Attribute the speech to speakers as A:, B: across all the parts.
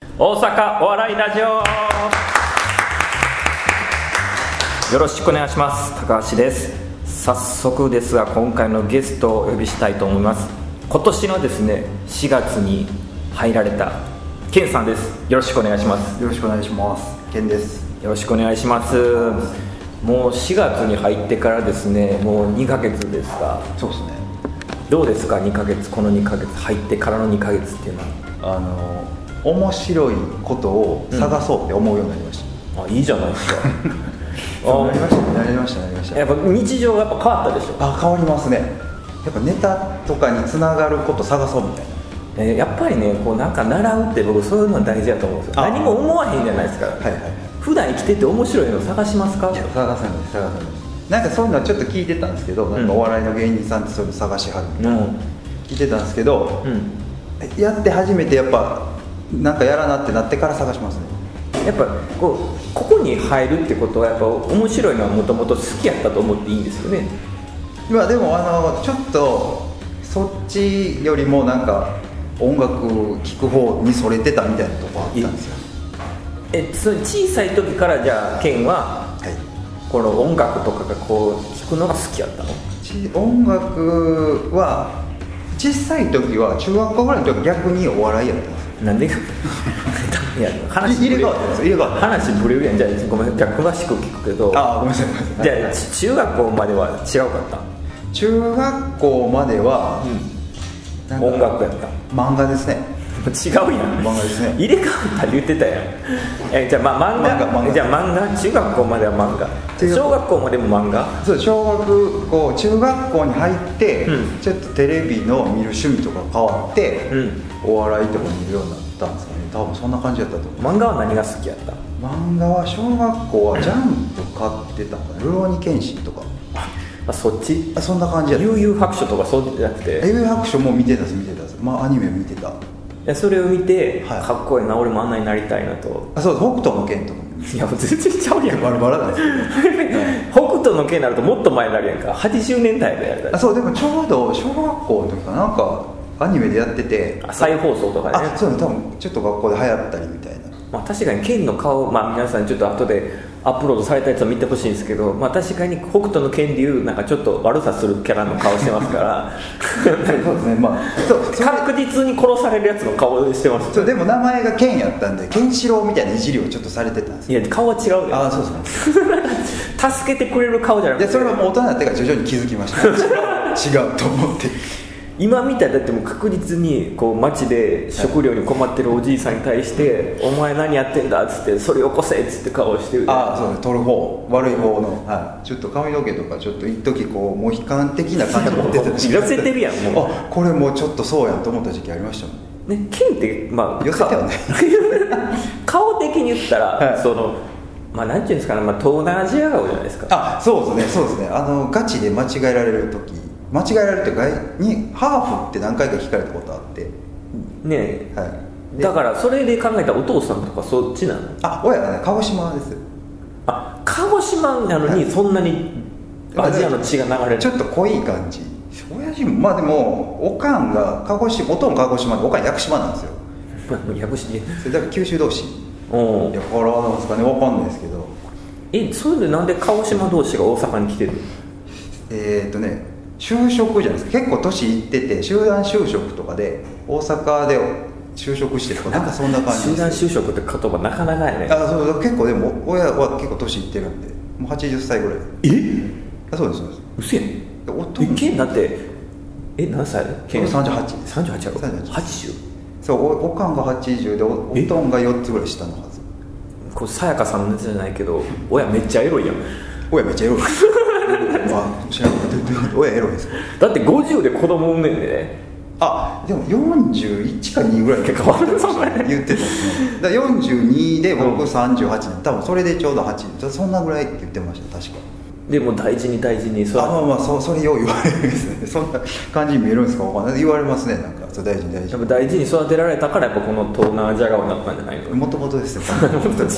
A: 大阪お笑いラジオよろしくお願いします高橋です早速ですが今回のゲストをお呼びしたいと思います今年のですね4月に入られたケンさんですよろしくお願いします
B: よろしくお願いします。ケンです。
A: よろしくお願いしますもう4月に入ってからですねもう2ヶ月ですか
B: そうですね。
A: どうですか2ヶ月この2ヶ月入ってからの2ヶ月っていうの
B: あの面白いことを探そうって思うようになりまし
A: はあいいじゃないです か
B: た。なりました。なりました。なりまし
A: や
B: た。
A: っぱ日常がやっぱ変わったでしょ
B: あ変わりますね。やっぱネタとかにつながること探そうみたい
A: えーやっぱりねこうなんか習うって僕そういうの大事だと思うんですよ
B: あ
A: 何も思わへんじゃないですか、
B: な。はいはいはい。
A: 普段生きてて面白いの探しますか
B: いや探さないです探さないです。なんかそういうのはちょっと聞いてたんですけど、なんかお笑いの芸人さんってそういうの探しはるみたいな。
A: うん
B: 聞いてたんですけど、
A: うん
B: やって初めてやっぱなんかやらなってなってから探しますね。
A: やっぱこうここに入るってことはやっぱ面白いのはもともと好きやったと思っていいんですよね
B: まあでもあのちょっとそっちよりもなんか音楽聴く方にそれてたみたいなとこあったんですよ
A: えその小さい時からじゃあケンは
B: はい
A: この音楽とかがこう聴くのが好きやったの
B: ち音楽は小さい時は中学校ぐらいの時は逆にお笑いやったんですよ
A: なんで いや話
B: い入れ替わってます入れ替わって
A: 話ぶれるやんじゃあごめんじゃあ詳しく聞くけど
B: ああごめんなさいごめんなさい
A: じゃあち中学校までは違うかった
B: 中学校までは、なんか
A: 音楽やった
B: 漫画ですね
A: 違うやん
B: 漫画ですね
A: 入れ替わった言ってたやんえじゃあ、まあ、漫画
B: 漫画漫画
A: じゃあ漫画中学校までは漫
B: 中
A: 画
B: 学校
A: 小学校までも漫画
B: そう小学校中学校に入って、
A: うん
B: ちょっとテレビの見る趣味とか変わって、
A: うん
B: お笑いとか見るようになったんですよね多分そんな感じだったと思う
A: 漫画は何が好きやった
B: 漫画は小学校はジャンプ買ってたのかな「ルオニケンシン」とか
A: あそっち
B: あそんな感じやった
A: 悠々白書とかそうじゃなくて
B: エビ白書も見てたし見てたしまあアニメ見てた
A: えそれを見て、
B: はい
A: かっこいいな俺もあんなになりたいなと
B: あそう北斗の拳とか
A: いやもう全然ちゃう やん
B: バラバラなんですけ
A: 北斗の拳になるともっと前になるやんか80年代でやる
B: どあそうでもちょうど小学校の時かななんかアニメでやってて
A: あ再放送とかね
B: あそう多分ちょっと学校で流行ったりみたいな
A: まあ、確かに剣の顔、まあ、皆さんちょっと後でアップロードされたやつを見てほしいんですけど、まあ、確かに北斗の剣でいうなんかちょっと悪さするキャラの顔してますから
B: そうですねまあそうそれ
A: 確実に殺されるやつの顔してます
B: そうでも名前がケンやったんでケンシロウみたいないじりをちょっとされてたんです
A: い
B: よ
A: や顔は違うよ
B: あそうそう
A: 助けてくれる顔じゃなく
B: で
A: て
B: それがもう大人になってから徐々に気づきました違う違うと思 って
A: 今みたいだってもう確実にこう街で食料に困ってるおじいさんに対して「お前何やってんだ」っつって「それよこせ」っつって顔してる
B: ああそうです取る方悪い方の、はい、ちょっと髪の毛とかちょっと一時こうもう悲観的な感じ持ってた時期
A: 寄せてるやんもう
B: あこれもうちょっとそうやんと思った時期ありましたもん
A: ね、剣ってまあ
B: 寄せたよね
A: 顔顔的に言ったら、
B: はい
A: そのまあなんていうんですかね、まあ、東南アジア顔じゃないですか
B: あそうですねそうですねあのガチで間違えられる時間違えられるって外にハーフって何回か聞かれたことあって
A: ね
B: はいで
A: だからそれで考えたらお父さんとかそっちなの
B: あ親がね鹿児島です
A: あ鹿児島なのにそんなにアジアの血が流れる
B: ちょっと濃い感じ親父もまあでもおかんが鹿児島音も鹿児島でおかん屋久島なんですよ
A: まあやぶしに
B: それだから九州同士い
A: お
B: やこれはなんですかねわかんないですけど
A: えそれでなんで鹿児島同士が大阪に来てるの
B: えーっとね就職じゃないですか結構年いってて集団就職とかで大阪で就職してとかなんかそんな感じ
A: 集団
B: です
A: 就職って言葉なかなかやね
B: あそう結構でも親は結構年いってるんでもう80歳ぐらい
A: え
B: あそうですそうです
A: うせやん
B: で夫
A: え
B: も
A: 剣だってえ何歳剣
B: 僕38です
A: 38やろ
B: 38です
A: 80?
B: そうおおかんが80でおお
A: え
B: とんが4つぐらい下のはず
A: こうさやかさんのやつじゃないけど親めっちゃエロいやん
B: 親めっちゃ エロいあ知らなかった親エロいですか
A: だって50で子供産んでんでね
B: あでも41か2ぐらい
A: 結構あるぞそれ
B: 言ってたんですねだから42で僕
A: うん
B: 38年、多分それでちょうど8そんなぐらいって言ってました確か
A: でもう大事に大事にそ
B: あまあ
A: う
B: まあそそれよう言われるんですねそんな感じに見えるんですかわかんない言われますねなんかやそう大事大
A: やっ
B: 事
A: ぱ大事に育てられたからやっぱこの東南アジア顔になったんじゃないの
B: もともとですよ
A: 本当 違うの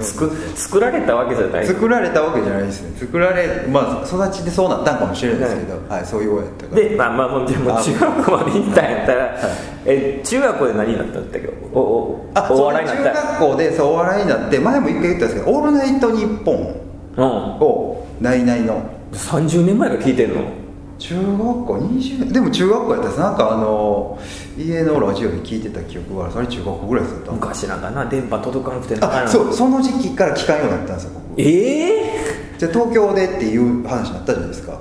A: 作作られたわけじゃない
B: 作られたわけじゃないですね作られまあ育ちでそうなったんかもしれないですけど、はいそういう親やったから
A: でまあまあもうでも
B: あ
A: 中学校まで行ったんやったら、え中学校で何になったんだっけおお
B: あ
A: お
B: そう
A: 笑いにな
B: 中
A: った
B: 学校でそうお笑いになって前も一回言ったんですけど「オールナイトニッポン
A: うん」
B: をナイナイの
A: 30年前から聞いてんの
B: 中学校20年でも中学校やったんですなんかあの家のラジオで聞いてた記憶があるそれ中学校ぐらいですよ多分
A: 昔なんかな電波届かなくてな
B: あそうその時期から聞かんようになったんですよ僕
A: ええ
B: じゃあ東京でっていう話になったじゃないですか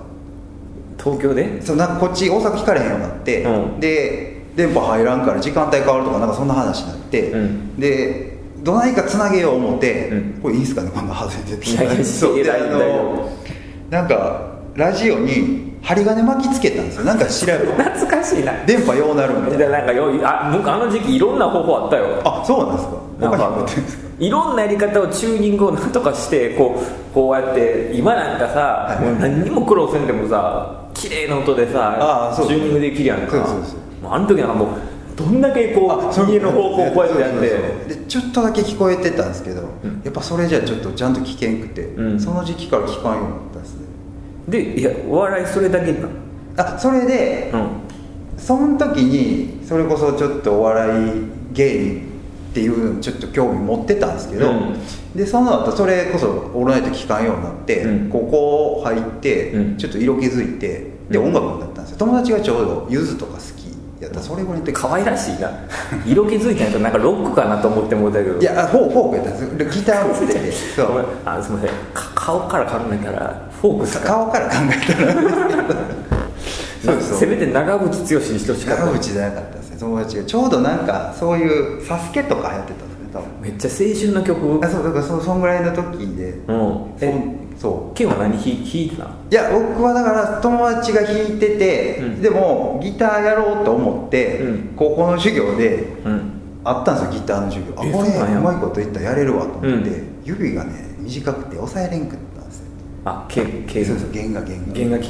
A: 東京で
B: そうなんかこっち大阪聞かれへんようになって、
A: うん
B: で電波入らんから時間帯変わるとかなんかそんな話になって、
A: うん
B: でどないかつなげよう思って、
A: うん
B: これいいんすかねこんな外れて
A: いやいや
B: そう
A: い
B: で
A: や
B: あ
A: いやいや
B: のなんかラジオに針金巻きつけたんですよなんか調べて
A: 懐かしいな
B: 電波ようなるみたいな
A: でなんかよあ僕あの時期いろんな方法あったよ
B: あそうなんですか
A: なん
B: 他にも
A: か
B: やってるんですか
A: いろんなやり方をチューニングをなんとかしてこうこうやって今なんかさ、
B: はい
A: もう何にも苦労せんでもさ綺麗な音でさ
B: あーそう
A: チューニングできるやんか
B: そうそうそう
A: もうあの時なんかもうどんだけこう家の方向をこうやってやっ
B: そうそう
A: て
B: そうでちょっとだけ聞こえてたんですけ
A: ん
B: ど、やっぱそれじゃちょっとちゃんと聞けんくて、
A: うん
B: その時期から聞かんようになったんですね
A: でいやお笑いそれだけな
B: あそれで、
A: うん
B: その時にそれこそちょっとお笑い芸人っていうのにちょっと興味持ってたんですけど、
A: うん
B: でその後それこそ「オールナイト」聞かんようになって、
A: うん
B: 高校入って、
A: うん
B: ちょっと色気づいてで
A: う
B: 音
A: ん
B: 楽になったんですよ友達がちょうどゆずとか好きやったそれぐらいの時
A: 可愛らしいな色気づいてないとなんかロックかなと思ってもうたけど
B: いやあフォーフォークやったんですよギターもつけ てそ
A: ごめん
B: う
A: あすみませんか顔から考えたらフォークっすか
B: 顔から考えたらそうそう
A: せめて長渕剛にしてほしかった
B: 長渕じゃなかったですね友達がちょうどなんかそういう「サスケとか流行ってたんですね多分
A: めっちゃ青春の曲
B: あそうだからそそんぐらいの時で、
A: うん
B: そ
A: え
B: んそう
A: ケンは何弾弾いてたの
B: いや僕はだから友達が弾いてて、
A: うん
B: でもギターやろうと思って、
A: うん
B: 高校の授業で
A: うん
B: あったんですよギターの授業あ
A: え
B: これ
A: そうなんや
B: うまいこと言ったらやれるわと思って、
A: うん
B: 指がね短くて抑えれんくったんですよ
A: あケンケン
B: そうそう弦が弦が
A: 弦楽器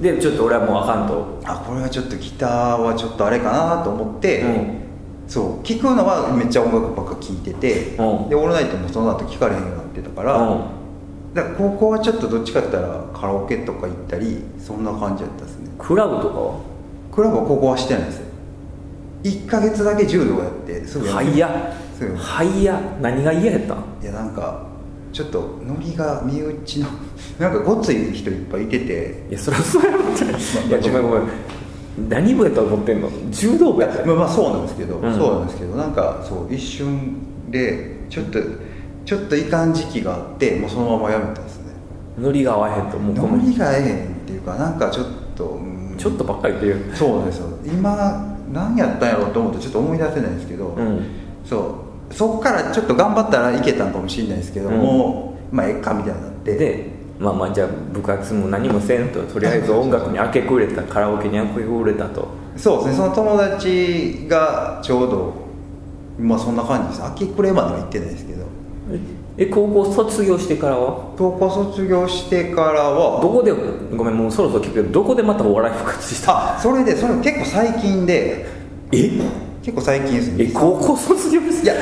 A: でちょっと俺はもうあかんと
B: あこれはちょっとギターはちょっとあれかなと思って、
A: うん
B: そう聴くのはめっちゃ音楽ばっか聴いてて、
A: うん
B: で「オールナイト」もその後聴かれへんようになってたから、
A: うん
B: だから高校はちょっとどっちかって言ったらカラオケとか行ったりそんな感じやったですね
A: クラブとかは
B: クラブは高校はしてないですよ1ヶ月だけ柔道やってすぐやめ
A: はいや
B: すぐやめ
A: はいや何が嫌やったん
B: いやなんかちょっとノリが身内の なんかごつい人いっぱいいてて
A: いやそりゃそうやろってい
B: ま
A: や
B: あ
A: ごめんごめん何部やと思ってんの柔道部やった
B: まあまあそうなんですけど、
A: うん
B: そうなんですけどなんかそう一瞬でちょっとちょっといかん時期があってもうそのままやめたんですね
A: ノリが合わへんともうご
B: ノ
A: めん
B: リがええへんっていうかなんかちょっと、うん
A: ちょっとばっかり言って言う
B: そうなんですよ今何やったんやろうと思ってちょっと思い出せないんですけど、
A: うん
B: そうそこからちょっと頑張ったらいけたんかもしれないですけど、
A: うん
B: もうまあええかみたいになって
A: でまあまあじゃあ部活も何もせんととりあえず音楽に明け暮れたカラオケに明け暮れたと
B: そうですねその友達がちょうどまあそんな感じです秋暮れまでは行ってないですけど
A: え高校卒業してからは
B: 高校卒業してからは
A: どこでごめんもうそろそろ聞くけどどこでまたお笑い復活した
B: あそれでそれ結構最近で
A: え
B: 結構最近です
A: え
B: ね
A: 高校卒業し
B: いや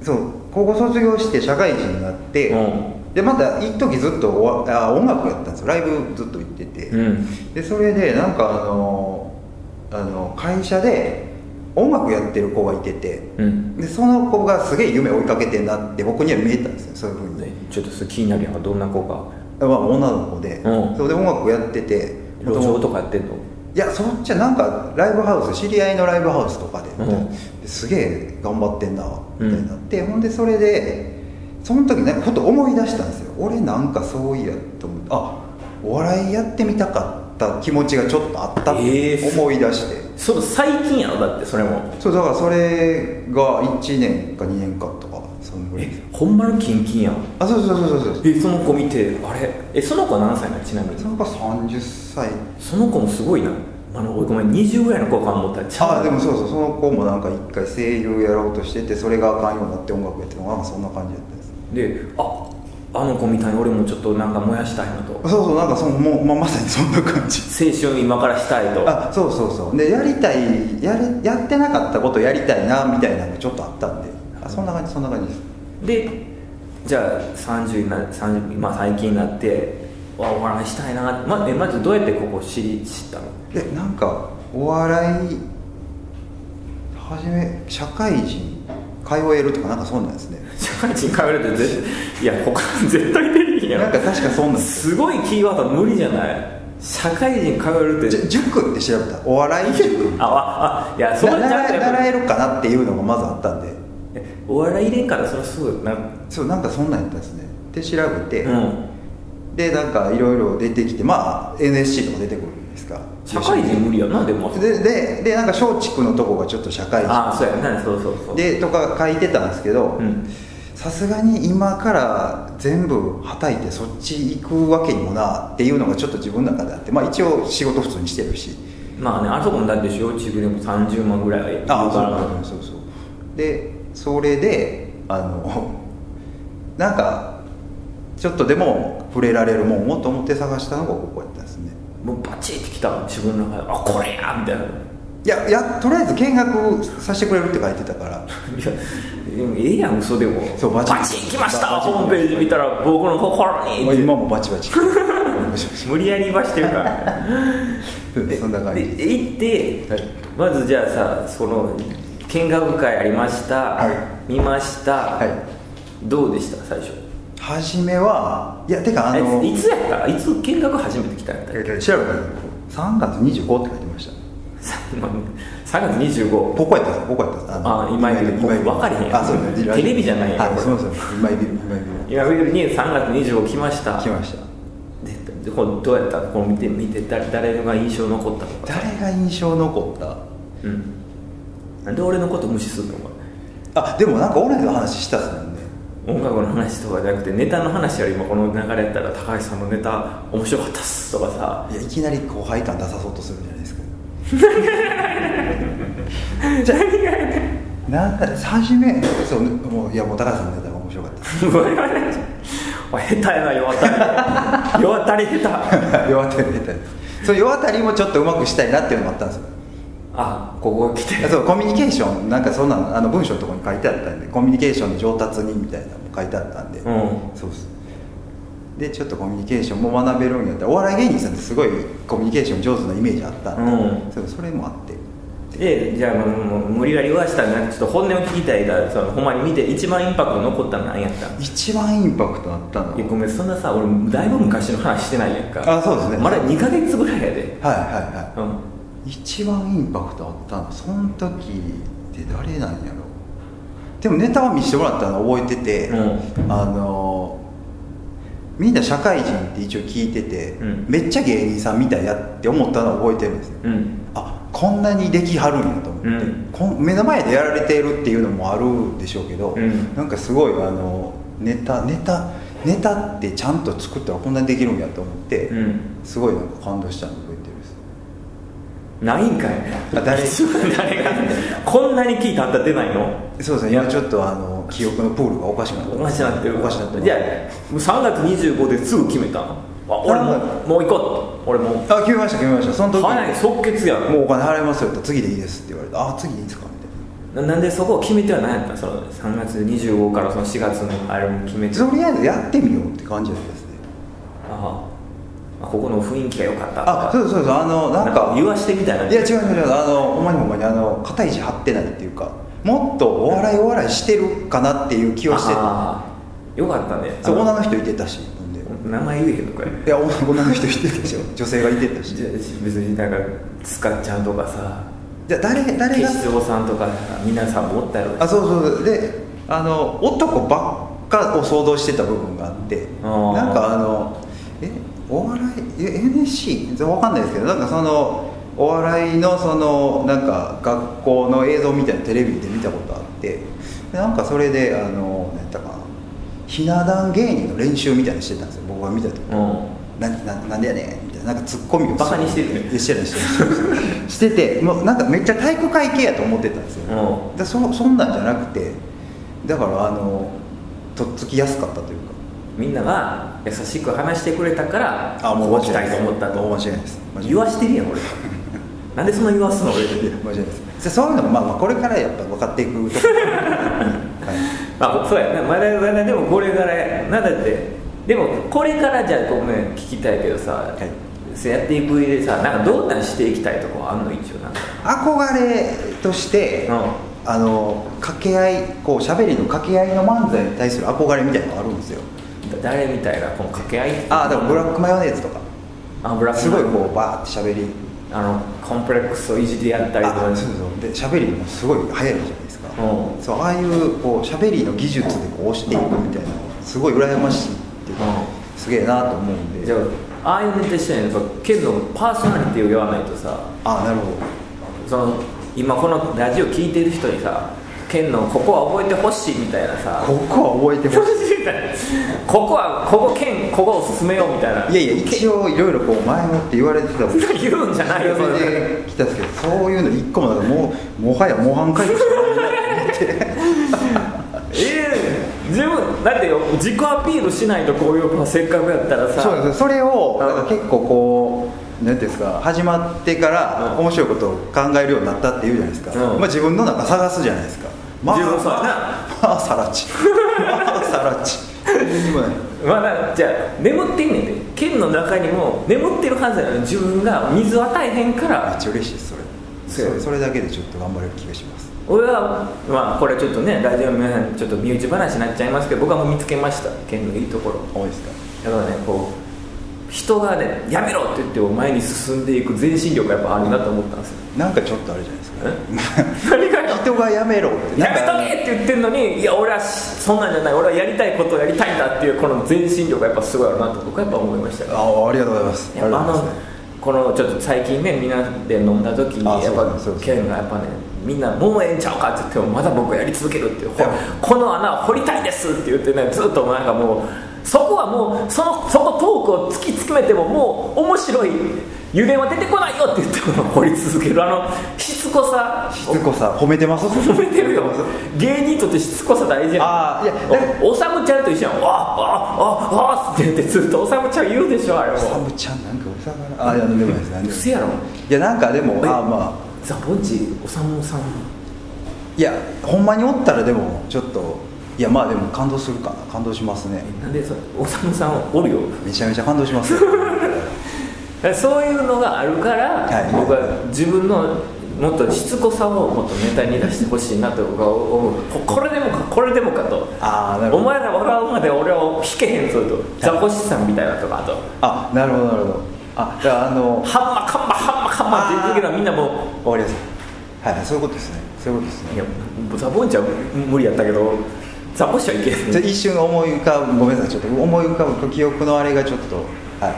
B: そう高校卒業して社会人になって、
A: う
B: でまた一時ずっとおあ音楽やったんですよライブずっと行ってて、
A: うん
B: でそれでなんかあのあの会社で音楽やってる子がいてて、
A: うん
B: でその子がすげえ夢追いかけてんなって僕には見えたんですよそういうふうに、
A: ねちょっとそれ気になるやんどんな子が
B: まあ、女の子で、
A: うん
B: それで音楽やってて
A: 路上とかやってんの
B: いやそっちはなんかライブハウス知り合いのライブハウスとかで,、
A: うん
B: ですげえ頑張ってんな
A: うん
B: みたいになって、ほんでそれでその時なんかふと思い出したんですよ俺なんかそういやと思ってあお笑いやってみたかった気持ちがちょっとあったって
A: えー
B: 思い出して、
A: その最近やろだってそれも
B: そうだからそれが1年か2年かとかそのぐらいで
A: え
B: す
A: ほんまのキンキンやん
B: あそうそうそうそうそう
A: えその子見てあれえその子は何歳なのちなみ
B: そ
A: に
B: の子30歳
A: その子もすごいなあのおいごめん20ぐらいの子か思ったらちゃ
B: あ
A: う
B: でもそうそうその子もなんか一回声優やろうとしててそれがあかんようになって音楽やってもなんかそんな感じだったです
A: でああの子みたいに俺もちょっとなんか燃やしたいなと
B: そうそうなんかそのもう、まあ、まさにそんな感じ
A: 青春今からしたいと
B: あそうそうそうでやりたいやれやってなかったことやりたいなみたいなのがちょっとあったんであそんな感じそんな感じです
A: でじゃあ30にな30、まあ、最近になってわお笑いしたいな、まえまずどうやってここ知り知ったの
B: でなんかお笑いはじめ社会人通えるとかなんかそうなんですね
A: 社会人変えるって絶いや他絶対出てきへんやろ
B: なんか確かそうなんです
A: すごいキーワード無理じゃない社会人変えるっ
B: じ
A: て
B: ゅ塾って調べたお笑い塾
A: あわあいや そうじゃな
B: 習
A: く
B: え
A: て
B: 習えるかなっていうのがまずあったんで
A: えお笑い入れんからそりゃそうよな
B: そうなんかそんなんやったんですねで調べて、
A: うん
B: でなんかいろいろ出てきてまあ NSC とか出てくるんですか
A: 社会人無理やなでも
B: でででなんか松竹のとこがちょっと社会人
A: ああそうやなそうそうそう
B: でとか書いてたんですけど
A: うん
B: さすがに今から全部はたいてそっち行くわけにもなっていうのがちょっと自分の中であってまあ一応仕事普通にしてるし
A: まあねあそこもだって小中でも30万ぐらいはいるから
B: そうそうそうでそれであのなんかちょっとでも触れられるもんをと思って探したのがここやったんですね
A: もうバチってきた自分の中であこれやみたいない
B: やいやとりあえず見学させてくれるって書いて たから
A: やでもええやん嘘でも
B: そうバチ
A: 来ました
B: バチ
A: ホームページ見たら僕の心に
B: もう今もバチ バチバチバチ
A: 無理やり言わしてるから
B: うんそんな感じ
A: で行って、
B: はい
A: まずじゃあさその見学会ありました、
B: は
A: 見ました、
B: は
A: どうでした最初
B: 初めはいやてかあ
A: あい
B: の
A: ついつやったいつ見学初めて来たんやったっけ
B: 調べたら3月25って書いてました
A: さま3月25
B: ここやったんですここやったんですの
A: あ今井ビル
B: 今井
A: 分かれへんやん
B: あそうです
A: テレビじゃないやん
B: はい
A: これ
B: すみません今井ビル今井ビル
A: 今ウェブに3月25来ました
B: 来ました
A: ででこうどうやったこう見て見て誰誰が印象残ったのか
B: 誰が印象残った
A: うんなんで俺のこと無視するのか
B: あでもなんかオレンジの話したっすもんね
A: 音楽の話とかじゃなくてネタの話よりもこの流れやったら高橋さんのネタ面白かったっすとかさ
B: いやいきなり後輩感出さそうとするじゃないですかじゃあなんか初めそうもういやもう高橋さんのネタが面白かった
A: 我
B: で
A: 々お下手やな弱った り弱ったり下手
B: す世渡りネタですその世渡りもちょっとうまくしたいなっていうのもあったんですよ
A: あここ来て
B: いやそうコミュニケーションなんかそんなのあの文章のところに書いてあったんでコミュニケーションの上達にみたいなのも書いてあったんで、
A: うん
B: そうですでちょっとコミュニケーションも学べるんやったらお笑い芸人さんってすごいコミュニケーション上手なイメージあったんで、
A: うん
B: そうそれもあって
A: でじゃあもうもう無理やり言わしたんじゃなくてちょっと本音を聞きたいからそのほんまに見て一番インパクト残ったの何やったん
B: 一番インパクトあったの
A: いやごめんそんなさ俺だいぶ昔の話してないやんか
B: あそうですね
A: まだ2ヶ月ぐらいやで
B: はいはいは
A: うん
B: い一番インパクトあったのその時って誰なんやろでもネタは見せてもらったの覚えてて、
A: う
B: あのみんな社会人って一応聞いてて、
A: うん
B: めっちゃ芸人さんみたいやって思ったのを覚えてるんですよ、
A: うん
B: あこんなにできはるんやと思って、
A: うん
B: こん目の前でやられてるっていうのもあるでしょうけど、
A: うん
B: なんかすごいあのネタネタネタってちゃんと作ったらこんなにできるんやと思って、
A: うん
B: すごいなんか感動したの覚えてるんです
A: ないんかい
B: あ誰
A: 誰がこんなに聞いたあんた出ないの
B: そうですね今ちょっとあの記憶のプールがおかしくなって
A: おかしなってる
B: おかしなって
A: じゃあもう3月25ですぐ決めたのあ俺ももう行こうと俺も
B: あ決めました決めましたその
A: う
B: 時
A: 早い即決やん
B: もうお金払いますよって次でいいですって言われてあ次でいいんですかみたいな
A: ななんでそこを決めては何やったんその3月25からその4月のあれも決めて
B: とりあえずやってみようって感じだったですね
A: ああここの雰囲気が良かったとか
B: あそうそうそうあのなんか
A: 言わしてみたいない
B: や違う違う違うあのほんまにほんまにあの肩肘張ってないっていうかもっとお笑いお笑いしてるかなっていう気はしてた
A: ああよかったね
B: そう
A: あ
B: 女
A: の
B: の人いてたしほんでい
A: 名前言えへんのかい
B: や女の人いてたでしょ女性がいてたし
A: じゃ別になんか塚っちゃんとかさ
B: じゃあ誰誰が
A: 岸尾さんとか皆さんもおったやろ
B: あそうそうそうであの男ばっかを想像してた部分があって
A: あー
B: なんかあのえお笑いえ NSC 全然わかんないですけどなんかそのお笑いのそのなんか学校の映像みたいなテレビで見たことあってでなんかそれであの何やったかなひな壇芸人の練習みたいなのしてたんですよ僕が見たとこ
A: うん
B: なななんでやねんみたいななんかツッコミを
A: バカにしてるね
B: いやしてないしてないしててもうなんかめっちゃ体育会系やと思ってたんですよ
A: う
B: だそそんなんじゃなくてだからあのとっつきやすかったというか
A: みんなが優しく話してくれたから
B: あもう
A: 来たいと思った
B: もう
A: と
B: 間違いないです間違いない
A: 言わしてるやん俺なんでそんな言わすの俺
B: いや間違いないですそういうのもまあまあこれからやっぱ分かっていくところはい
A: あそうやねまだまだでもこれからやなんだってでもこれからじゃあごめん聞きたいけどさ、
B: い
A: そうやっていく上でさなんかどうなんしていきたいとこあんの一応なんか
B: 憧れとして、
A: うん
B: あの掛け合いこう喋りの掛け合いの漫才に対する憧れみたいなのがあるんですよ
A: だ誰みたいなこの掛け合い
B: ああだからブラックマヨネーズとか
A: あブラック
B: すごいこうバーって喋り
A: あのコンプレックスをいじり合ったりと
B: あ
A: か
B: そうそうで喋りもすごい早いじゃないですか、
A: うん
B: そうああいうこう喋りの技術でこう押していくみたいなすごい羨ましいっていうか、
A: う
B: すげえなと思うんで
A: じゃあああいうネタしたいのやっぱケンのパーソナリティを言わないとさ
B: ああなるほど
A: その今このラジオ聞いてる人にさケンのここは覚えてほしいみたいなさ
B: ここは覚えてほしい
A: ここはここ県ここおすすめよみた いない
B: やいや一応いろいろこう前もって言われて たもん
A: 言うんじゃないよそ
B: 調べ
A: れ
B: てきたんですけどそういうの一個もだからもうもはや模範解答しかないなと思って
A: ええ自分だってよ自己アピールしないとこういうせっかくやったらさ
B: そうなんですよそれを
A: うん
B: だから結構こうなんていうんですか始まってから
A: うん
B: 面白いことを考えるようになったっていうじゃないですか、
A: うん
B: まあ、自分の中探すじゃないですかまあ
A: 自分そうやな
B: まあさら ちまあさらち何にもない
A: まだじゃあ眠ってんねんで県の中にも眠ってるはずやのに自分が水を与えへんか
B: め
A: ら
B: っちゃ嬉しいですそれ
A: そう
B: それそれだけでちょっと頑張れる気がします
A: 俺はまあこれちょっとねラジオの皆さんちょっと身内話になっちゃいますけど僕はもう見つけました県のいいところ
B: 多いですか
A: だからねこう人がねやめろって言っても前に進んでいく前進力がやっぱあるなと思ったんですよ
B: なんかちょっとあれじゃないですか
A: 何がよ
B: 人がやめろって
A: やめ
B: なんか
A: とけって言ってんのにいや俺はしそんなんじゃない俺はやりたいことをやりたいんだっていうこの前進力がやっぱすごいあるなと僕はやっぱ思いましたから
B: あありがとうございます
A: やっぱあ
B: ありがとう
A: の
B: ございます
A: このちょっと最近ねみんなで飲んだ時に
B: あ
A: やっ
B: そう
A: ぱ
B: ですそうです
A: ケンがやっぱねみんな「もうええんちゃうか」って言ってもまだ僕はやり続けるっていうほ
B: いや
A: この穴を掘りたいですって言ってねずっとなんかもうそこはもうそのそこトークを突き詰めてももう面白い油田は出てこないよって言っても掘り続けるあのしつこさ
B: しつこさ褒めてます
A: 褒めてるよ芸人にとってしつこさ大事やん
B: あーいやだか
A: おおさむちゃんと一緒やん「わああああって言ってずっとおさむちゃん言うでしょあれも
B: おさむちゃんなんかおさがらあいやなんでもないですなんで
A: う
B: もない
A: せやろ
B: いやなんかでも
A: え
B: あまあ
A: ザボンチおさむさん
B: いやほんまにおったらでもちょっといやまあでも感動するかな感動しますね
A: なんでそれおさむさんおるよ
B: めちゃめちゃ感動 します
A: そういうのがあるから、
B: はい
A: 僕は自分のもっとしつこさをもっとネタに出してほしいなと僕は思うここれでもかこれでもかと
B: ああなる
A: お
B: ほど
A: 前ら笑うまで俺を引けへんぞとザコシさんみたいなとかあと
B: あなるほどなるほどあだからあの
A: ハンマカンマハンマカンマって言ってるけどみんなもう
B: 終わりですはいはいそういうことですねそういうことですね
A: いやザボンちゃん無理やったけどザボシはいけへん
B: ちょ一瞬思い浮かぶごめんなさいちょっと思い浮かぶ記憶のあれがちょっとは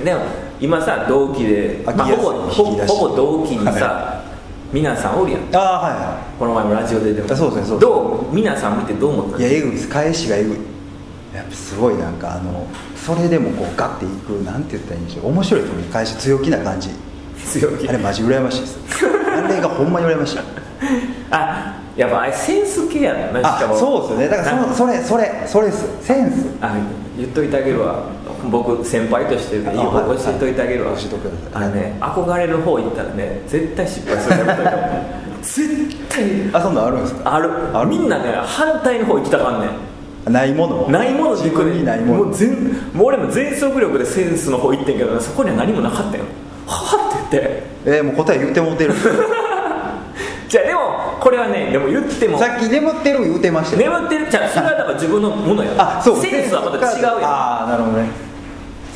B: い
A: でも今さ同期で、
B: あ
A: まあ、
B: ギア
A: ほぼ
B: ス引
A: ほ
B: き出し
A: ほぼ同期にさ皆さんおるやん
B: ああはいは
A: この前もラジオででも
B: あそうですねそうですね
A: どう皆さん見てどう思った
B: いいやえぐいです返しがえぐいやっぱすごいなんかあのそれでもこうガッていくなんて言ったらいいんでしょう面白いと思う返し強気な感じ
A: 強気
B: あれマジ羨ましいです あれがほんまに羨ましい
A: あやっぱあれセンス系やなしか
B: あ
A: も
B: そうですよねだからそ
A: な
B: のそれそれそれですセンス
A: あ言っといてあげるわ僕先輩としていい
B: あ
A: 方
B: は
A: 向
B: い
A: 教えといてあげるわ
B: はい教えてくださ
A: あ
B: い
A: のね憧れる方行ったらね絶対失敗するやめといた方がいい絶対
B: あそんなんあるんですか
A: ある
B: ある
A: みんなね反対の方行きたかんねん
B: ないものを
A: ないもので
B: 自
A: 行く
B: 分
A: ね
B: にないもの
A: う全もう俺も全速力でセンスの方行ってんけどねそこには何もなかったよはあって言って
B: えー、もう答え言うてもうて る
A: じゃあでもこれはねでも言っても
B: さっき眠ってる言うてましたよ
A: 眠ってるじゃあそれはだから自分のものや
B: あそう
A: センスはまた違うやんワ
B: ああなるほどね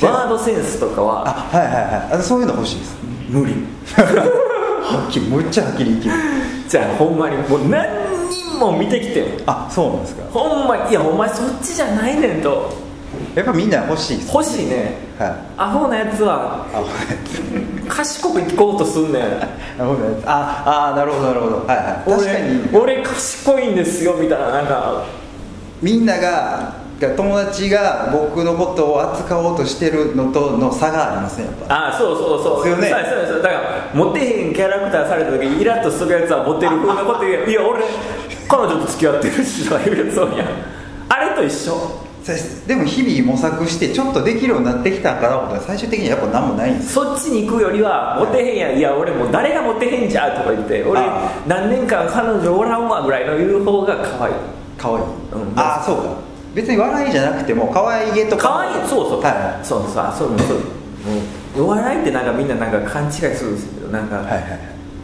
A: ードセンスとか
B: あ
A: は
B: はいはいはいあそういうの欲しいです
A: 無理
B: はっきりむっちゃはっきり生きる
A: じゃあほんまにもう何人も見てきてん
B: あそうなんですか
A: ほんまにいやお前そっちじゃないねんと
B: やっぱみんな欲しいです
A: 欲しいね
B: はい
A: アホなやつは
B: あ
A: 賢く行こうとすんねん
B: なるほどねああなるほどなるほどはいはい確かに
A: 俺俺賢いんですよみたいななんか
B: みんながが友達が僕のことを扱おうとしてるのとの差がありますねやっぱ
A: ああそうそうそう
B: ですよね
A: そうそうそうだからモテへんキャラクターされた時にイラッとするやつはモテる風な こと言うやんいや俺彼女と付き合ってるしとか言うやつそうやんあれと一緒
B: さでも日々模索してちょっとできるようになってきたからことは最終的にはやっぱ何もないんです
A: そっちに行くよりはモテへんやんいや俺もう誰がモテへんじゃんとか言って俺
B: あ
A: 何年間彼女おらんわぐらいの言う方が可愛い
B: 可愛い、
A: ん
B: ああそうか別に笑いじゃなくても可愛げとか
A: 可愛いそうそう、
B: は
A: そうそうあそうそうもうお笑いってなんかみんななんか勘違いするんですけどなんか、
B: い、はいはいはい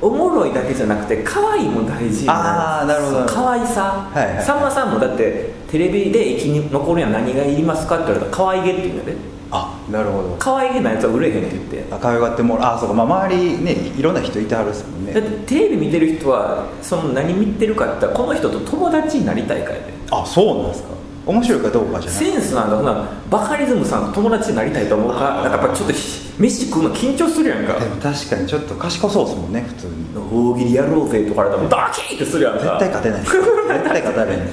A: おもろいだけじゃなくて可愛いも大事
B: あーなるほど
A: 可愛さ、
B: はいはい
A: さんまさんもだってテレビで生き残るには何がいりますかって言われたら可愛げって言うんだよね
B: あなるほど
A: 可愛げなやつは売れへんって言って
B: あ可愛がってもらうあそうか、まあ、周りねいろんな人いてはるっすもん
A: だっ
B: ね
A: てテレビ見てる人はその何見てるかって言ったらこの人と友達になりたいからね
B: あそうなんですか面白いかどうかじゃなくて
A: センスなんかほなバカリズムさんと友達になりたいと思うか
B: あー
A: なんかやっぱちょっとひ飯食うの緊張するやんか
B: でも確かにちょっと賢そうっすもんね普通に
A: 大喜利やろうぜとか言われたらドキーってするやんか
B: 絶対勝てないです 絶対勝たれないです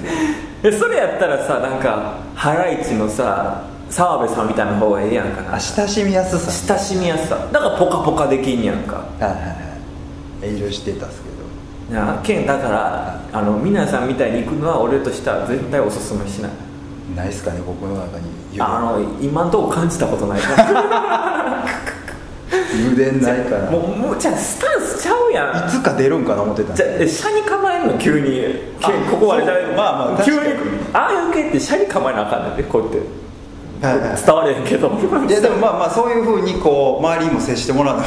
A: えそれやったらさなんかハライチのさ澤部さんみたいな方がええやんかな
B: あ親しみやすさ
A: 親しみやすさだからポカポカできんやんか
B: はいはいはい遠慮してたっすけど
A: なあけんだからあの皆さんみたいに行くのは俺としては絶対おすすめしない
B: ないっすかね僕の中に油
A: あの今んとこ感じた ことないから
B: 油田ないから
A: もうもうじゃあスタンスちゃうやん
B: いつか出るんかな思ってたん
A: じゃ
B: で
A: え車に構えるの急に
B: あ
A: けんここはあれじゃない
B: そうまあまあ
A: 急に
B: 確かに
A: ああいう系って車に構えなあかんねんでこうやって
B: はいはい
A: 伝われへんけど
B: いやでもまあまあそういうふうにこう周りにも接してもらうの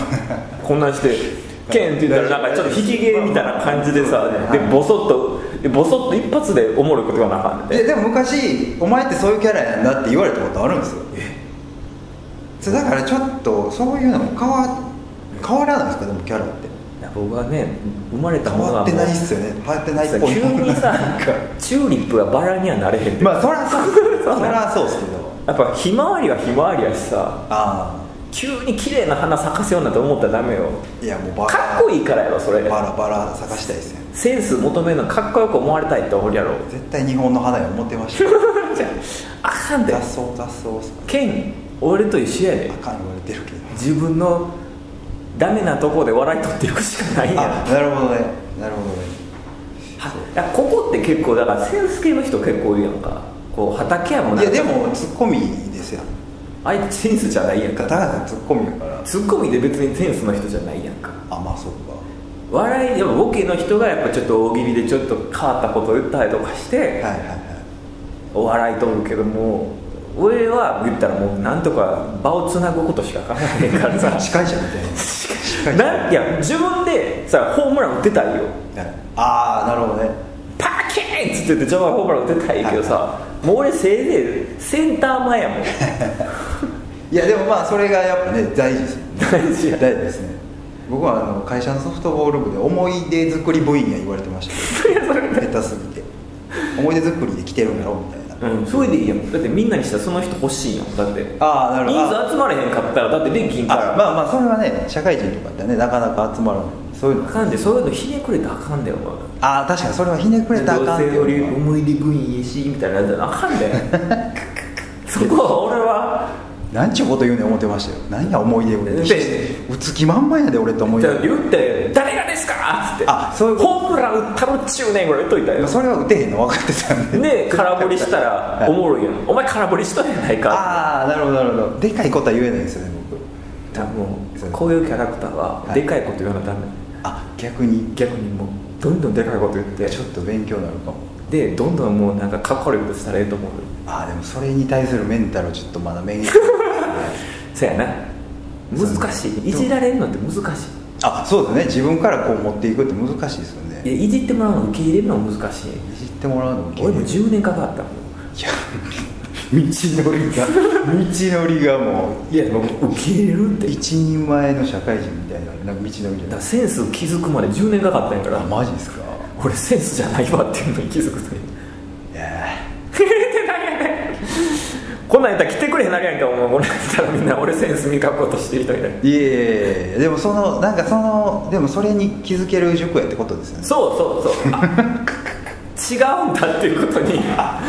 A: こんなんして「ケン」って言ったらなんかちょっと引き芸みたいな感じでさでボソッとでボソッと一発でおもろいことがなあかん
B: い
A: ねんて
B: やでも昔お前ってそういうキャラやんなって言われたことあるんですよそうだからちょっとそういうのも変わ変わらないですかでもキャラって
A: 僕はね生まれた
B: 変
A: もの
B: わ
A: は
B: ってないっ
A: も
B: すよね変わってな
A: う
B: い
A: さ
B: っぽい
A: 急にさ
B: なんか
A: チューリップがバラにはなれへんて
B: まあそりゃ そう
A: そう
B: そりゃそうっすけど
A: やっぱひまわりはひまわりやしさ
B: あ
A: 急に綺麗な花咲かせようなんて思ったらダメよ
B: あいやもうバラ
A: かっこいいからやろそれ
B: バラバラ探したいっすよね
A: センス求めるのかっこよく思われたいって思うやろ
B: 絶対日本の花や思ってましたよ
A: じゃああかんで
B: 雑草雑草っす
A: ケン俺と一緒やで
B: あかん言われてるけど
A: 自分のダメなとこで笑い取っていくしかないやん
B: あなるほどねなるほどね
A: はいやここって結構だからセンス系の人結構いるやんかこう畑やもん
B: い
A: なん
B: や
A: か
B: でもツッコミですよ
A: あいつセンスじゃないやん
B: 高橋
A: か
B: さんツッコミやから
A: ツッコミで別にセンスの人じゃないやんか
B: あまあそうか
A: 笑いでもボケの人がやっぱちょっと大喜利でちょっと変わったことを言ったりとかして、
B: はいはいはい
A: お笑いとるけども俺は言ったらもうなんとか場をつなぐことしか考えへんから さ
B: 司会者みたいな
A: なんいや自分でさホームラン打ってたいよ
B: はいああなるほどね
A: パーキーンっつっててジョバホームラン打ってたいけどさもう俺せいぜいセンター前やもん
B: いやでもまあそれがやっぱね大事ですよね
A: 大事や
B: 大事ですね僕はあの会社のソフトボール部で思い出作り部員や言われてま したけど下手すぎて思い出作りで来てるんだろうみたいな
A: うん、それでいいやんだってみんなにしたらその人欲しいやんだって
B: ああなるほど
A: 人数集まれへんかったらだってできんから
B: あまあまあそれはね社会人とかってねなかなか集まるそういう
A: あ
B: の
A: かんでそういうのひねくれたらあかんだよお前
B: ああ確かにそれはひねくれたらあかんって
A: どうせ
B: い
A: よ
B: う
A: り
B: のは
A: 思い出部員やしみたいなやつやなあかんだよ そこは俺は
B: なんちゅうこと言うねん思ってましたよ何や思い出を
A: で
B: うつ気満々やで俺と思い
A: じ
B: 出
A: ゃあ言って「誰がですか?」っつって
B: あそういうこと
A: ホームラン打ったのっちゅうねん」ぐらい言っといたよ
B: それは打てへんの分かってたんで
A: で空振りしたらおもろいやんお前空振りしたんやないか
B: ああなるほどなるほどでかいことは言えないんですよね僕
A: だからも
B: そう
A: うこういうキャラクターは
B: はい
A: でかいこと言わなダメ
B: あ逆に
A: 逆にもうどんどんでかいこと言って
B: ちょっと勉強になるかも
A: でどんどんもうなんかかっこ悪いことしたらええと思う
B: ああでもそれに対するメンタルをちょっとまだ免疫
A: そやな難し
B: そう
A: いいじられるのって難し
B: あそうですね自分からこう持っていくって難しいですよ
A: い
B: ね
A: いやいじってもらうの受け入れるの難しい
B: いじってもらうのも
A: 俺も
B: い
A: 10年かかったもん
B: や道のりが道のりがもう
A: いやもう受け入れるって
B: 一人前の社会人みたいななんか道のりじ
A: だ
B: ゃな
A: か
B: い
A: らセンス気づくまで10年かかったんやから
B: あマジですか
A: 俺センスじゃないわっていうのに気づくという
B: いや
A: こんなんやったら来てくれへんなるやんかお前こんなんやったらみんな俺センス磨こうとしてる人みたいない
B: えいえでもそのなんかそのでもそれに気づける塾やってことですよね
A: そうそうそうあ違うんだっていうことにあ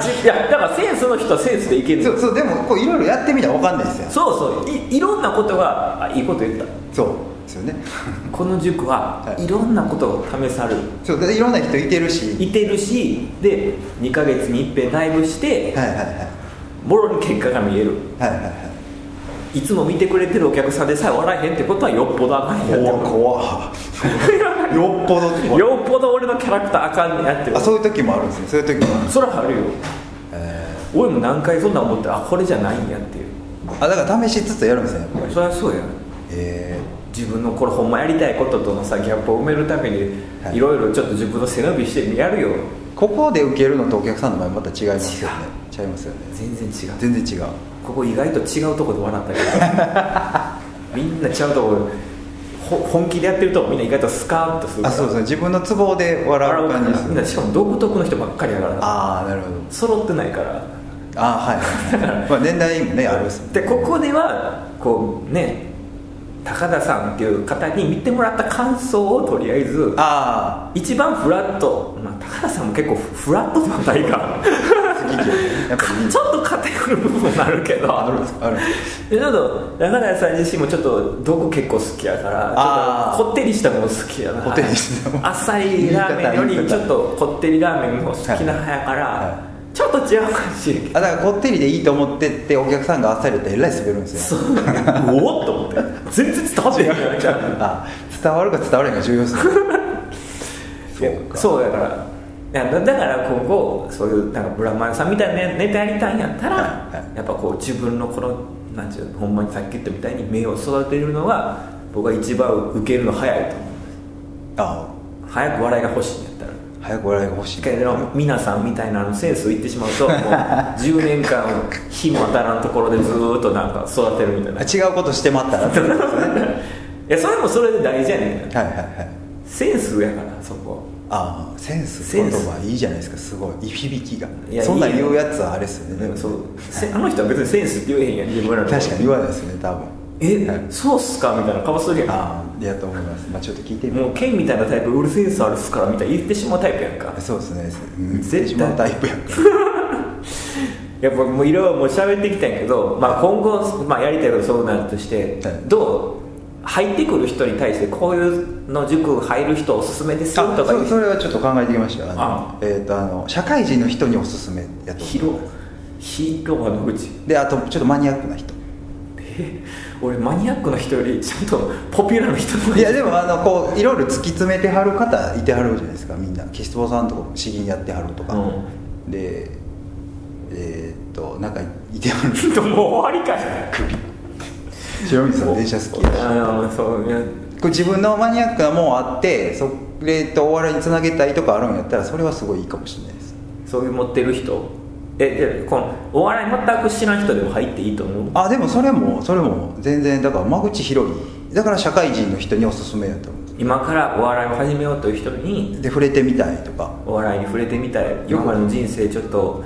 A: じいやだからセンスの人はセンスでいける
B: そうそうでもこういろいろやってみたら分かんないですよ
A: そうそういいろんなことがあいいこと言った
B: そうですよね
A: この塾は
B: はい
A: いろんなことを試される、
B: そうでいろんな人いてるし
A: い、てるしで2ヶ月に一遍ライブして
B: はいはいはい
A: もろに結果が見える
B: はいはいはい
A: いつも見てくれてるお客さんでさえ笑えへんってことはよっぽどあかんやって
B: 怖っ怖っよっぽど怖 い
A: よっぽど俺のキャラクターあかんねやって
B: あそういう時もあるんですねそういう時もある
A: それはあるよ
B: え
A: 俺も何回そんなん思ってあこれじゃないんやっていう
B: ーあだから試しつつやるんですねやっぱり
A: そりゃそうや
B: え
A: 自分のこれほんまやりたいこととのさギャップを埋めるために
B: はい
A: いろいろちょっと自分の背伸びしてやるよ
B: ーここで受けるのとお客さんの前また違いますよね違いますよね
A: 全然違う
B: 全然違う
A: ここ意外と違うとこで笑ったけど みんな違うとこほ本気でやってるとみんな意外とスカーッとするか
B: あ
A: ら
B: そうですね自分のツボで笑う
A: 笑う
B: 感
A: 感
B: じ
A: じ
B: です
A: みんな
B: ね
A: しかも独特の人ばっかりやから
B: ああなるほど
A: 揃ってないから
B: ああはい はいまあ年代もねあるですもん
A: で
B: ね
A: ここではこうね高田さんっていう方に見てもらった感想をとりあえず
B: あ
A: 一番フラット、まあ、高田さんも結構フフラットではないか
B: あ好き嫌いやっぱりいい
A: ちょっと偏る部分もあるけど
B: あるんですかあるんですか
A: でちょっと中谷さん自身もちょっと毒結構好きやから
B: あ
A: ちょ
B: ー
A: っとこってりしたのも好きやな
B: こってりしたの
A: 浅いラーメンよ
B: 言い方言
A: り
B: い方
A: ちょっとこってりラーメンも好きな派やから、
B: はいは
A: ちょっと違うかもしれんけ
B: あだからこってりでいいと思ってってお客さんがあっさり言ったらえらい滑るんです
A: ど
B: よ
A: おおっと思って全然伝わってないから
B: あ伝わるか伝わらないか重要です ね
A: いやそうだからいやだだから今後そういうなんかブラマヨさんみたいなネタやりたいんやったら、
B: はいは
A: やっぱこう自分のこのなんていうのほんまにさっき言ったみたいに目を育てるのが僕は一番受けるの早いと思う
B: あ
A: 早く笑いが欲しいんやったら
B: 早く笑いが欲しい
A: けど皆さんみたいなのセンスいってしまうともう10年間日も当たらんところでずーっとなんか育てるみたいな
B: あ違うことしてまったらってことですね
A: いやそれもそれで大事やねん
B: はいはいはい
A: センスやからそこ
B: ああセンス
A: セ
B: 言
A: ンス
B: 葉いいじゃないですかすごい響きが
A: いや
B: そんなん
A: いいよ
B: 言うやつはあれですよね
A: で
B: でも
A: もそうせあの人は別にセンスって言えへんやん自分らの
B: 確かに言わないですね多分
A: え、
B: はい
A: そうっすかみたいな顔するやん
B: ああいやと思いますまあちょっと聞いてみよ
A: もうケンみたいなタイプ俺センスあるっすからみたいな言ってしまうタイプやんか
B: うそうですねうん
A: 絶対
B: 自慢タイプやん か
A: やっぱもういろいろもう喋ってきたんやけど、まあ、今後、まあ、やりたいことそうなるとして、
B: はい
A: どう入ってくる人に対してこういうの塾入る人おすすめですよ
B: あ
A: とか
B: そ
A: 言
B: う
A: う人
B: それはちょっと考えてきましたよあの
A: あ
B: えっ、とあの社会人の人におすすめやと
A: 広広場の口
B: であとちょっとマニアック な人
A: え俺マニアックな人よりちゃんとポピュラーな人の方が
B: いやでもあのこういろいろ突き詰めてはる方いてはるじゃないですかみんな岸坊さんとかも詩吟やってはるとか、
A: う
B: でえーっとなんかいてはる
A: ちょっと もう終わりか
B: 白水さん電車好きやし
A: あのそういや
B: こう自分のマニアックなもんあってそれとお笑いにつなげたいとかあるんやったらそれはすごいいいかもしれないです
A: そういう持ってる人えでこのお笑い全く知らん人でも入っていいと思う
B: あでもそれもそれも全然だから間口広いだから社会人の人におすすめやと思
A: 今からお笑いを始めようという人に
B: うで触れてみたいとか
A: お笑いに触れてみたい今までの人生ちょっと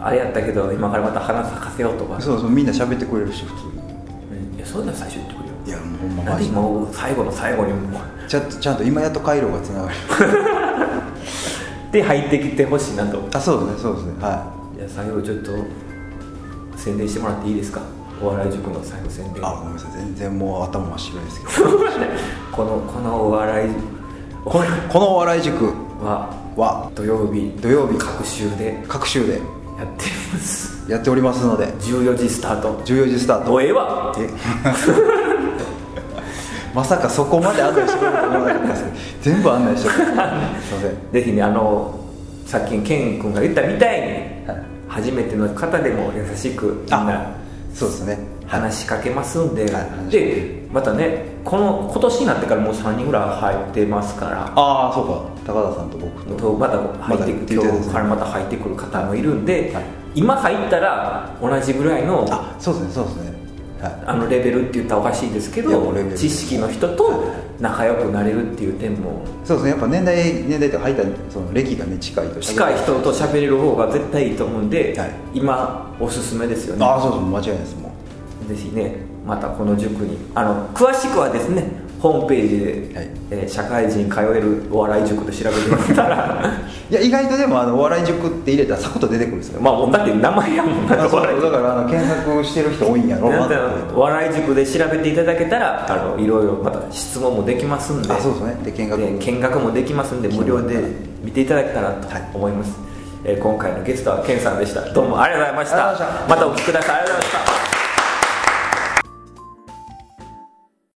A: あれやったけど今からまた花咲かせようとか
B: そうそうみんな喋ってくれるし普通に
A: いやそういうの最初言ってくれよ
B: いやもうほんま
A: なん
B: マ
A: で
B: ジで
A: 今最後の最後にもう
B: ちゃんとちゃんと今やっと回路がつながる
A: で入ってきてほしいなと
B: あそうですねそうですねはい
A: じゃあ最後ちょっと宣伝してもらっていいですかお笑い塾の最後宣伝
B: あごめんなさい全然もう頭真っ白いですけど
A: このこのお笑い
B: ここのお笑い塾
A: は
B: は
A: 土曜日
B: 土曜日
A: 各週で
B: 各週で
A: やってます
B: やっておりますので
A: 14時スタート
B: 14時スタート
A: おええわ
B: えまさかそこまで案内してくれると思わなかったですけど全部案内してくれるすいま
A: ぜひねあのさっきケン君が言ったみたいに、
B: はい
A: 初めての方でも優しくみん
B: せんあ
A: な
B: そうですねはい
A: 話しかけますんで、
B: はい
A: でまたねこの今年になってからもう3人ぐらい入ってますから
B: ああそうか高田さんと僕と
A: とまだ入って
B: まだ
A: く
B: 言
A: る
B: ってたやつ
A: 今日からまた入ってくる方もいるんで、
B: はい
A: 今入ったら同じぐらいの
B: あそうですねそうですねはい
A: あのレベルって言ったらおかしいですけ
B: いやも
A: ど
B: うレベル
A: 知識の人と仲良くなれるっていう点も
B: そうですねやっぱ年代年代とか入ったその歴がね近いと
A: 近い人と喋れる方が絶対いいと思うんで、
B: はい
A: 今おすすめですよね
B: ああそうそう間違いないですもう
A: ぜひねまたこの塾にあの詳しくはですねホームページで、
B: はい
A: えー社会人通えるお笑い塾と調べてみたら
B: いや意外とでもあのお笑い塾って入れたらサクッと出てくるんですよ、
A: まあもうだって名前やもんな
B: あ
A: お
B: そう
A: 笑い
B: だからあの検索してる人多いんやろ
A: なん
B: な
A: で
B: って
A: お笑い塾で調べていただけたらあのいろいろまた質問もできますんで
B: あそうですねで見学
A: で見学もできますんで無料で見ていただけたらと
B: はい
A: 思います、えー今回のゲストはケンさんでしたどうもありがとうございまし
B: ありがとうござい
A: たまたお聞きくださいありがとうございました